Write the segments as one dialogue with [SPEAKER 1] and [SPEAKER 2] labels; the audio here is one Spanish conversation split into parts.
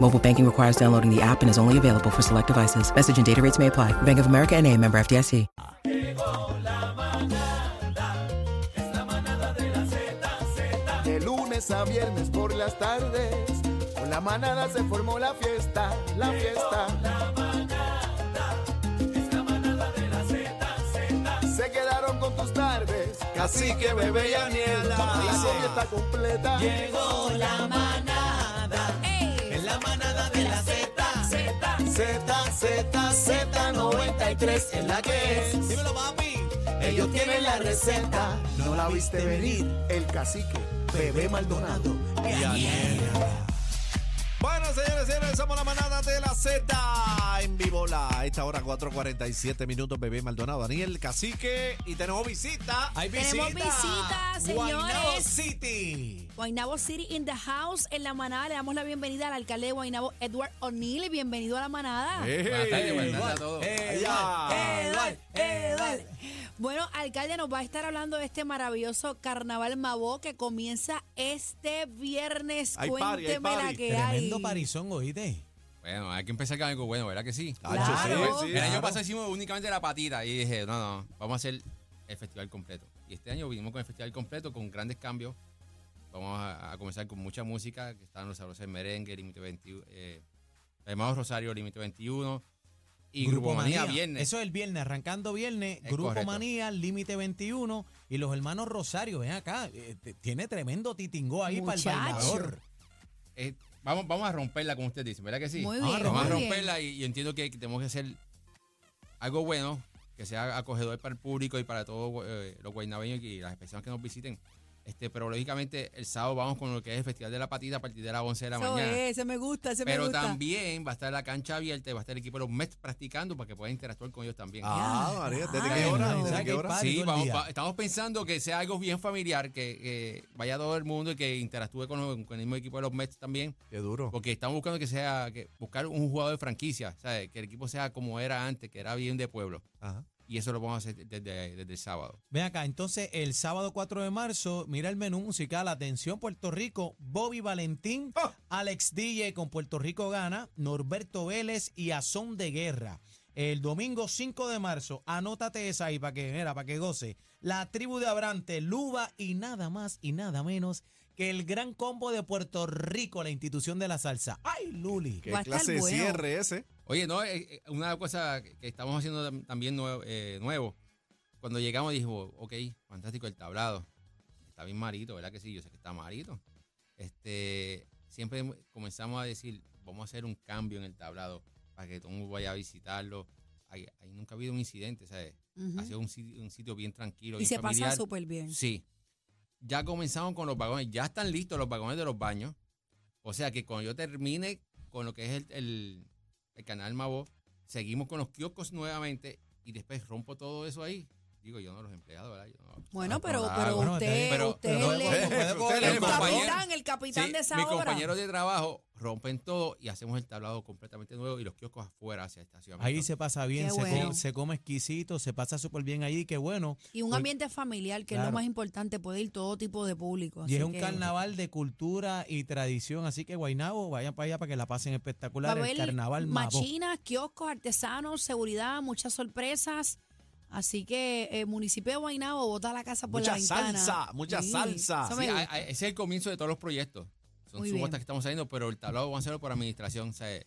[SPEAKER 1] Mobile banking requires downloading the app and is only available for select devices. Message and data rates may apply. Bank of America and a member FDIC.
[SPEAKER 2] De lunes a viernes por las tardes, con la manada se formó la fiesta, la fiesta. Se quedaron con tus tardes, cacique, bebé y aniela. La serie está completa. Llegó la manada, en la manada de la Z, Z, Z, 93 es la que es. Dímelo, papi. Ellos tienen la receta, no la viste venir. El cacique, bebé Maldonado.
[SPEAKER 3] Bueno, señores, señores, somos la manada de la Z en vivo la- a esta hora 4:47 minutos, bebé Maldonado, Daniel Cacique y tenemos visita. Hay
[SPEAKER 4] Tenemos visita, señores.
[SPEAKER 3] Guaynabo City.
[SPEAKER 4] Guaynabo City in the house, en la manada. Le damos la bienvenida al alcalde de Guaynabo, Edward O'Neill. Bienvenido a la manada.
[SPEAKER 3] Buenas tardes, buenas tardes a todos.
[SPEAKER 4] Bueno, alcalde, nos va a estar hablando de este maravilloso carnaval Mabó que comienza este viernes.
[SPEAKER 3] Hay party, hay
[SPEAKER 4] Cuénteme la
[SPEAKER 3] party.
[SPEAKER 4] que
[SPEAKER 5] Tremendo
[SPEAKER 4] hay.
[SPEAKER 5] parizón, oíste.
[SPEAKER 6] Bueno, hay que empezar con algo bueno, ¿verdad que sí?
[SPEAKER 4] Claro.
[SPEAKER 6] El año pasado hicimos únicamente la patita y dije, no, no, vamos a hacer el festival completo. Y este año vinimos con el festival completo con grandes cambios. Vamos a, a comenzar con mucha música, que están los sabrosos del merengue, Límite 21, eh, Hermanos Rosario, Límite 21 y Grupo Manía, Viernes.
[SPEAKER 5] Eso es el viernes, arrancando viernes.
[SPEAKER 6] Es
[SPEAKER 5] Grupo
[SPEAKER 6] correcto.
[SPEAKER 5] Manía, Límite 21 y los hermanos Rosario, ven acá. eh, te- tiene tremendo titingó ahí para el
[SPEAKER 4] Muchacho.
[SPEAKER 5] bailador.
[SPEAKER 6] Eh, vamos, vamos a romperla, como usted dice, ¿verdad que sí?
[SPEAKER 4] Muy
[SPEAKER 6] vamos
[SPEAKER 4] bien,
[SPEAKER 6] a romper-
[SPEAKER 4] muy
[SPEAKER 6] vamos a
[SPEAKER 4] bien.
[SPEAKER 6] romperla y, y entiendo que, que tenemos que hacer algo bueno, que sea acogedor para el público y para todos eh, los guaynabeños y las personas que nos visiten. Este, pero lógicamente el sábado vamos con lo que es el Festival de la Patita a partir de las 11 de la
[SPEAKER 4] Eso
[SPEAKER 6] mañana.
[SPEAKER 4] es, ese me gusta, ese me
[SPEAKER 6] Pero
[SPEAKER 4] gusta.
[SPEAKER 6] también va a estar la cancha abierta y va a estar el equipo de los Mets practicando para que puedan interactuar con ellos también.
[SPEAKER 3] Ah, María, ¿desde qué
[SPEAKER 4] Claro.
[SPEAKER 3] hora?
[SPEAKER 5] O
[SPEAKER 3] ¿Desde
[SPEAKER 5] sea,
[SPEAKER 3] qué
[SPEAKER 5] que
[SPEAKER 3] hora?
[SPEAKER 5] pa-
[SPEAKER 6] Sí,
[SPEAKER 5] todo el
[SPEAKER 6] vamos-
[SPEAKER 5] día.
[SPEAKER 6] va- estamos pensando que sea algo bien familiar, que, que vaya todo el mundo y que interactúe con, los- con el mismo equipo de los Mets también.
[SPEAKER 3] Qué duro.
[SPEAKER 6] Porque estamos buscando que sea, que buscar un jugador de franquicia, ¿sabes? Que el equipo sea como era antes, que era bien de pueblo.
[SPEAKER 3] Ajá.
[SPEAKER 6] Y eso lo vamos a hacer desde, desde el sábado.
[SPEAKER 5] Ven acá, entonces el sábado 4 de marzo, mira el menú musical, atención Puerto Rico, Bobby Valentín, Alex DJ con Puerto Rico Gana, Norberto Vélez y Azón de Guerra. El domingo 5 de marzo, anótate esa ahí para que, mira, para que goce. La tribu de Abrante, Luba y nada más y nada menos que el gran combo de Puerto Rico, la institución de la salsa. ¡Ay, Luli!
[SPEAKER 3] Qué
[SPEAKER 4] Va a estar
[SPEAKER 3] clase de
[SPEAKER 4] bueno.
[SPEAKER 3] cierre ese.
[SPEAKER 6] Oye, no, eh, eh, una cosa que estamos haciendo tam- también nue- eh, nuevo. Cuando llegamos dijimos, ok, fantástico el tablado. Está bien marito, ¿verdad que sí? Yo sé que está marito. Este, siempre hemos- comenzamos a decir, vamos a hacer un cambio en el tablado para que todo el mundo vaya a visitarlo. Ahí, ahí nunca ha habido un incidente, ¿sabes?
[SPEAKER 4] Ujú.
[SPEAKER 6] Ha sido un sitio, un sitio bien tranquilo.
[SPEAKER 4] Y
[SPEAKER 6] bien
[SPEAKER 4] se pasa
[SPEAKER 6] familiar.
[SPEAKER 4] súper bien.
[SPEAKER 6] Sí. Ya comenzamos con los vagones. Ya están listos los vagones de los baños. O sea que cuando yo termine con lo que es el, el- el canal Mavo, seguimos con los kioscos nuevamente y después rompo todo eso ahí. Digo, yo no los empleados, ¿verdad? Yo no-
[SPEAKER 4] Bueno,
[SPEAKER 6] no
[SPEAKER 4] pero,
[SPEAKER 6] la
[SPEAKER 4] pero
[SPEAKER 6] hago.
[SPEAKER 5] bueno, está
[SPEAKER 4] usted,
[SPEAKER 5] bien.
[SPEAKER 6] Pero-
[SPEAKER 4] usted
[SPEAKER 5] pero-
[SPEAKER 4] le-
[SPEAKER 5] pero-
[SPEAKER 3] Usted
[SPEAKER 6] pero-
[SPEAKER 4] el
[SPEAKER 3] le-
[SPEAKER 6] pero- compañero-
[SPEAKER 4] capitán, el capitán
[SPEAKER 6] Sí,
[SPEAKER 4] de esa
[SPEAKER 6] mis
[SPEAKER 4] obra.
[SPEAKER 6] compañeros de trabajo rompen todo y hacemos el tablado completamente nuevo y los kioscos afuera hacia estación.
[SPEAKER 5] Ahí se pasa bien,
[SPEAKER 4] Qué
[SPEAKER 5] se,
[SPEAKER 4] bueno.
[SPEAKER 5] come, se come exquisito, se pasa súper bien allí, qué bueno.
[SPEAKER 4] Y un
[SPEAKER 5] Porque-
[SPEAKER 4] ambiente familiar, que es lo
[SPEAKER 5] Claro.
[SPEAKER 4] más importante, puede ir todo tipo de público.
[SPEAKER 5] Y
[SPEAKER 4] así
[SPEAKER 5] es un
[SPEAKER 4] que-
[SPEAKER 5] carnaval de cultura y tradición, así que Guainabo, vayan para allá para que la pasen
[SPEAKER 4] Va a
[SPEAKER 5] espectacular.
[SPEAKER 4] haber
[SPEAKER 5] El carnaval Mabo.
[SPEAKER 4] machinas, kioscos, artesanos, seguridad, muchas sorpresas. Así que eh, municipio de Guaynabo, bota la casa por
[SPEAKER 3] Mucha
[SPEAKER 4] la ventana.
[SPEAKER 3] salsa, mucha salsa.
[SPEAKER 4] eso
[SPEAKER 6] Sí,
[SPEAKER 4] me
[SPEAKER 6] a-
[SPEAKER 4] gusta.
[SPEAKER 6] a- ese es el comienzo de todos los proyectos. Son
[SPEAKER 4] Muy bien.
[SPEAKER 6] subastas que estamos haciendo, pero el tablado vamos a hacerlo por administración. O sea,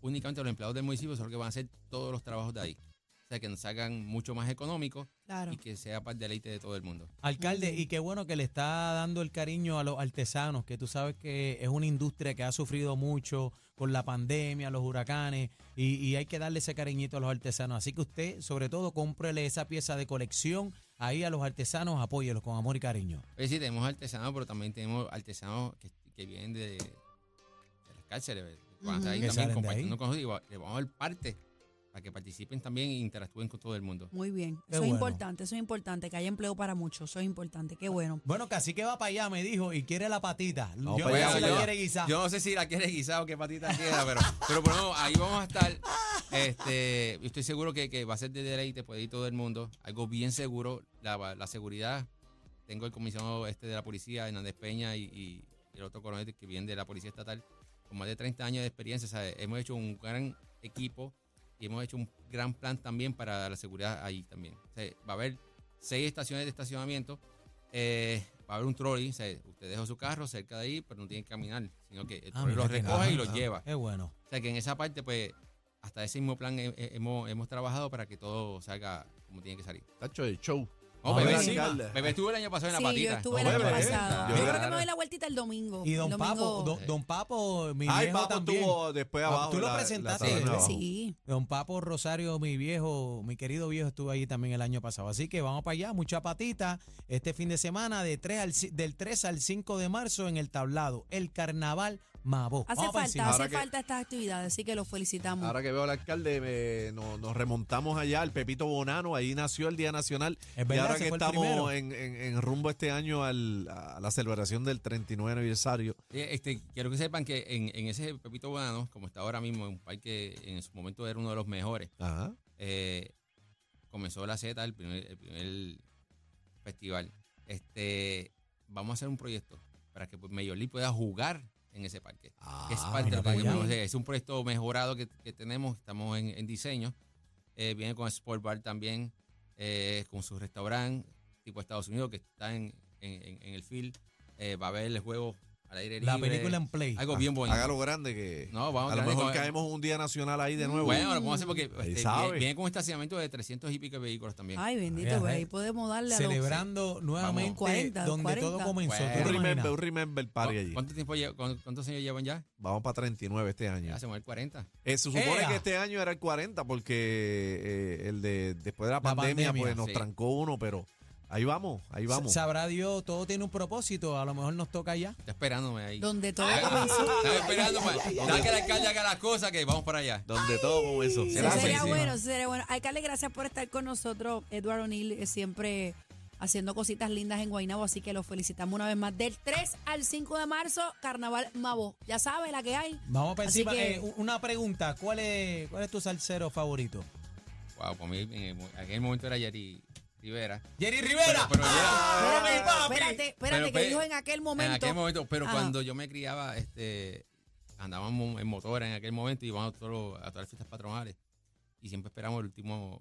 [SPEAKER 6] únicamente los empleados del municipio son los que van a hacer todos los trabajos de ahí. O sea, que nos hagan mucho más económicos
[SPEAKER 4] Claro.
[SPEAKER 6] y que sea para el deleite de todo el mundo.
[SPEAKER 5] Alcalde, y qué bueno que le está dando el cariño a los artesanos, que tú sabes que es una industria que ha sufrido mucho con la pandemia, los huracanes, y, y hay que darle ese cariñito a los artesanos. Así que usted, sobre todo, cómprele esa pieza de colección ahí a los artesanos, apóyelos con amor y cariño.
[SPEAKER 6] Oye, sí, tenemos artesanos, pero también tenemos artesanos que, que vienen de, de las cárceles. ¿verdad? Van a estar ahí
[SPEAKER 5] Que salen
[SPEAKER 6] también
[SPEAKER 5] de
[SPEAKER 6] compartiendo
[SPEAKER 5] ahí.
[SPEAKER 6] con nosotros y va- le vamos a dar parte para que participen también e interactúen con todo el mundo.
[SPEAKER 4] Muy bien.
[SPEAKER 5] Qué
[SPEAKER 4] Eso es
[SPEAKER 5] bueno.
[SPEAKER 4] importante, eso es importante. Que haya empleo para muchos, eso es importante. Qué bueno.
[SPEAKER 5] Bueno, casi que va para allá, me dijo, y quiere la patita. yo
[SPEAKER 6] Oye,
[SPEAKER 5] no sé si
[SPEAKER 6] yo-
[SPEAKER 5] la quiere guisar.
[SPEAKER 6] Yo no sé si la quiere guisar o qué patita queda, pero, pero por lo menos ahí vamos a estar. Este, y estoy seguro que, que va a ser de deleite, puede ir todo el mundo. Algo bien seguro, la, la seguridad. Tengo el comisionado este de la policía, Hernández Peña, y, y el otro coronel que viene de la policía estatal, con más de 30 años de experiencia. ¿sabes? Hemos hecho un gran equipo y hemos hecho un gran plan también para la seguridad ahí también. O sea, va a haber seis estaciones de estacionamiento. Eh, va a haber un trolley. o sea, usted deja su carro cerca de ahí, pero no tiene que caminar, sino que el
[SPEAKER 5] Ah,
[SPEAKER 6] trolley
[SPEAKER 5] mira
[SPEAKER 6] lo
[SPEAKER 5] qué
[SPEAKER 6] recoge y
[SPEAKER 5] nada.
[SPEAKER 6] lo lleva.
[SPEAKER 5] Qué bueno.
[SPEAKER 6] O sea, que en esa parte, pues, hasta ese mismo plan he- he- hemos, hemos trabajado para que todo salga como tiene que salir.
[SPEAKER 3] Tacho de show.
[SPEAKER 6] Oh,
[SPEAKER 5] Vamos a
[SPEAKER 6] bebé,
[SPEAKER 5] ver,
[SPEAKER 6] sí,
[SPEAKER 3] alcalde.
[SPEAKER 6] bebé estuvo el año pasado en la
[SPEAKER 4] sí,
[SPEAKER 6] patita.
[SPEAKER 4] yo estuve el
[SPEAKER 3] No,
[SPEAKER 4] año
[SPEAKER 5] ¿eh?
[SPEAKER 3] bebé,
[SPEAKER 4] pasado.
[SPEAKER 3] yo-
[SPEAKER 4] Yo creo que me
[SPEAKER 6] Claro.
[SPEAKER 4] doy la vueltita el domingo.
[SPEAKER 5] Y don
[SPEAKER 4] Domingo-
[SPEAKER 5] Papo, don, don Papo, mi
[SPEAKER 3] Ay,
[SPEAKER 5] viejo
[SPEAKER 3] papo
[SPEAKER 5] también.
[SPEAKER 3] estuvo después
[SPEAKER 5] Papo,
[SPEAKER 3] abajo.
[SPEAKER 5] tú lo
[SPEAKER 3] la- la
[SPEAKER 5] presentaste,
[SPEAKER 3] taberna
[SPEAKER 5] ¿verdad?
[SPEAKER 3] abajo.
[SPEAKER 4] Sí.
[SPEAKER 5] Don Papo Rosario, mi viejo, mi querido viejo, estuvo allí también el año pasado. Así que vamos para allá, mucha patita. Este fin de semana, de 3 al, ci- del 3 al 5 de marzo, en el tablado, el carnaval Mabo.
[SPEAKER 4] Hace
[SPEAKER 5] Vamos para
[SPEAKER 4] falta,
[SPEAKER 5] encima.
[SPEAKER 4] hace
[SPEAKER 3] Ahora que-
[SPEAKER 4] falta estas actividades, así que los felicitamos.
[SPEAKER 3] Ahora que veo al alcalde, me- no- nos remontamos allá al Pepito Bonano, ahí nació el Día Nacional.
[SPEAKER 5] Es verdad,
[SPEAKER 3] y ahora
[SPEAKER 5] ese
[SPEAKER 3] que
[SPEAKER 5] fue el primero.
[SPEAKER 3] estamos en, en- en rumbo este año al- a la celebración del 39 aniversario,
[SPEAKER 6] Eh, Este, quiero que sepan que en, en ese Pepito Bonano, como está ahora mismo, un parque en su momento era uno de los mejores.
[SPEAKER 3] Ajá.
[SPEAKER 6] eh, comenzó la Z, el primer, el primer festival. Este, vamos a hacer un proyecto para que pues, Mayoli pueda jugar en ese parque. que es
[SPEAKER 3] Ah.
[SPEAKER 6] parte
[SPEAKER 5] Ah, mira
[SPEAKER 6] de lo
[SPEAKER 5] para
[SPEAKER 6] que
[SPEAKER 5] allá.
[SPEAKER 6] queremos hacer. Es un proyecto mejorado que, que tenemos, estamos en, en diseño. Eh, viene con Sport Bar también, eh, con su restaurante tipo Estados Unidos que está en, en- en- en el field. Eh, va a haber el juego al aire libre.
[SPEAKER 5] La película en play.
[SPEAKER 6] Algo bien bonito.
[SPEAKER 3] ah, Hágalo grande que
[SPEAKER 6] No, vamos
[SPEAKER 3] a lo
[SPEAKER 6] grande
[SPEAKER 3] mejor
[SPEAKER 6] con- Mm,
[SPEAKER 3] caemos un Día Nacional ahí de nuevo.
[SPEAKER 6] Bueno, lo podemos hacer porque
[SPEAKER 3] Ahí
[SPEAKER 6] este,
[SPEAKER 3] sabe.
[SPEAKER 6] viene, viene con un estacionamiento de 300 y pico de vehículos también.
[SPEAKER 4] Ay, bendito,
[SPEAKER 5] Mira,
[SPEAKER 4] pues, ahí
[SPEAKER 5] Rey.
[SPEAKER 4] podemos darle a los-
[SPEAKER 5] Celebrando nuevamente
[SPEAKER 4] 40,
[SPEAKER 5] donde
[SPEAKER 4] 40.
[SPEAKER 5] todo comenzó. ¿Tú te
[SPEAKER 3] un
[SPEAKER 6] Bueno.
[SPEAKER 5] imaginas?
[SPEAKER 3] remember, un remember party allí.
[SPEAKER 6] ¿Cuánto tiempo lleva- cuán- ¿Cuántos años llevan ya?
[SPEAKER 3] Vamos para 39 este año.
[SPEAKER 6] Ya se mueve el 40.
[SPEAKER 3] Eh, se supone
[SPEAKER 5] ¡Ea!
[SPEAKER 3] que este año era el 40 porque eh, el de después de la,
[SPEAKER 5] La
[SPEAKER 3] pandemia,
[SPEAKER 5] pandemia,
[SPEAKER 3] pues nos
[SPEAKER 6] sí.
[SPEAKER 3] trancó uno, pero ahí vamos, ahí vamos.
[SPEAKER 5] Sabrá Dios, todo tiene un propósito. A lo mejor nos toca allá.
[SPEAKER 6] Está esperándome ahí.
[SPEAKER 4] Donde todo
[SPEAKER 6] Ay,
[SPEAKER 4] comenzó.
[SPEAKER 6] Está esperando para que el alcalde haga las cosas que vamos para allá.
[SPEAKER 3] Donde todo con eso.
[SPEAKER 4] Eso
[SPEAKER 6] Gracias.
[SPEAKER 4] sería
[SPEAKER 6] Sí.
[SPEAKER 4] bueno, eso sería bueno. Alcalde, gracias por estar con nosotros. Eduardo O'Neill eh, siempre haciendo cositas lindas en Guaynabo, así que los felicitamos una vez más. Del 3 al 5 de marzo, Carnaval Mabo. Ya sabe la que hay.
[SPEAKER 5] Vamos para
[SPEAKER 4] Así
[SPEAKER 5] encima.
[SPEAKER 4] que-
[SPEAKER 5] Eh, u- una pregunta: ¿cuál es, ¿cuál es tu salsero favorito?
[SPEAKER 6] Wow, para mí en, el mo- en aquel momento era Jerry Rivera.
[SPEAKER 5] ¡Jerry Rivera!
[SPEAKER 6] Pero, pero era-
[SPEAKER 4] Espérate, espérate, espérate,
[SPEAKER 6] Pero,
[SPEAKER 4] que
[SPEAKER 6] pe-
[SPEAKER 4] dijo en aquel momento.
[SPEAKER 6] En aquel momento, pero
[SPEAKER 4] Ajá.
[SPEAKER 6] cuando yo me criaba, este, andábamos en motora en aquel momento y íbamos a, todos los- a todas las fiestas patronales. Y siempre esperamos el último,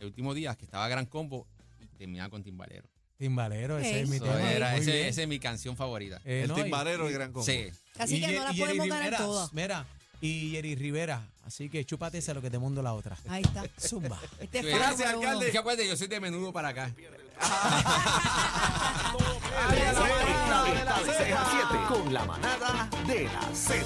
[SPEAKER 6] el último día que estaba Gran Combo y terminaba con Timbalero.
[SPEAKER 5] Timbalero, ese
[SPEAKER 4] Ey.
[SPEAKER 5] es mi
[SPEAKER 6] Eso
[SPEAKER 5] tema.
[SPEAKER 6] era,
[SPEAKER 5] Muy
[SPEAKER 6] ese,
[SPEAKER 5] bien.
[SPEAKER 6] esa es mi canción favorita.
[SPEAKER 5] Eh,
[SPEAKER 3] El
[SPEAKER 5] no, y-
[SPEAKER 3] timbalero del Gran Combo.
[SPEAKER 6] Sí.
[SPEAKER 4] Así
[SPEAKER 5] Y
[SPEAKER 4] que
[SPEAKER 5] Ye-
[SPEAKER 4] no la
[SPEAKER 5] Jerry
[SPEAKER 4] podemos ganar
[SPEAKER 5] Rivera,
[SPEAKER 4] todas.
[SPEAKER 5] Mira, y Jerry Rivera. Así que chúpate esa lo que te mundo la otra.
[SPEAKER 4] Ahí está.
[SPEAKER 5] Zumba.
[SPEAKER 4] Este es fan
[SPEAKER 6] Gracias,
[SPEAKER 4] número uno.
[SPEAKER 6] Es que acuérdate, yo soy de menudo para acá.
[SPEAKER 2] Está de 6 a 7 con la manada de la Z.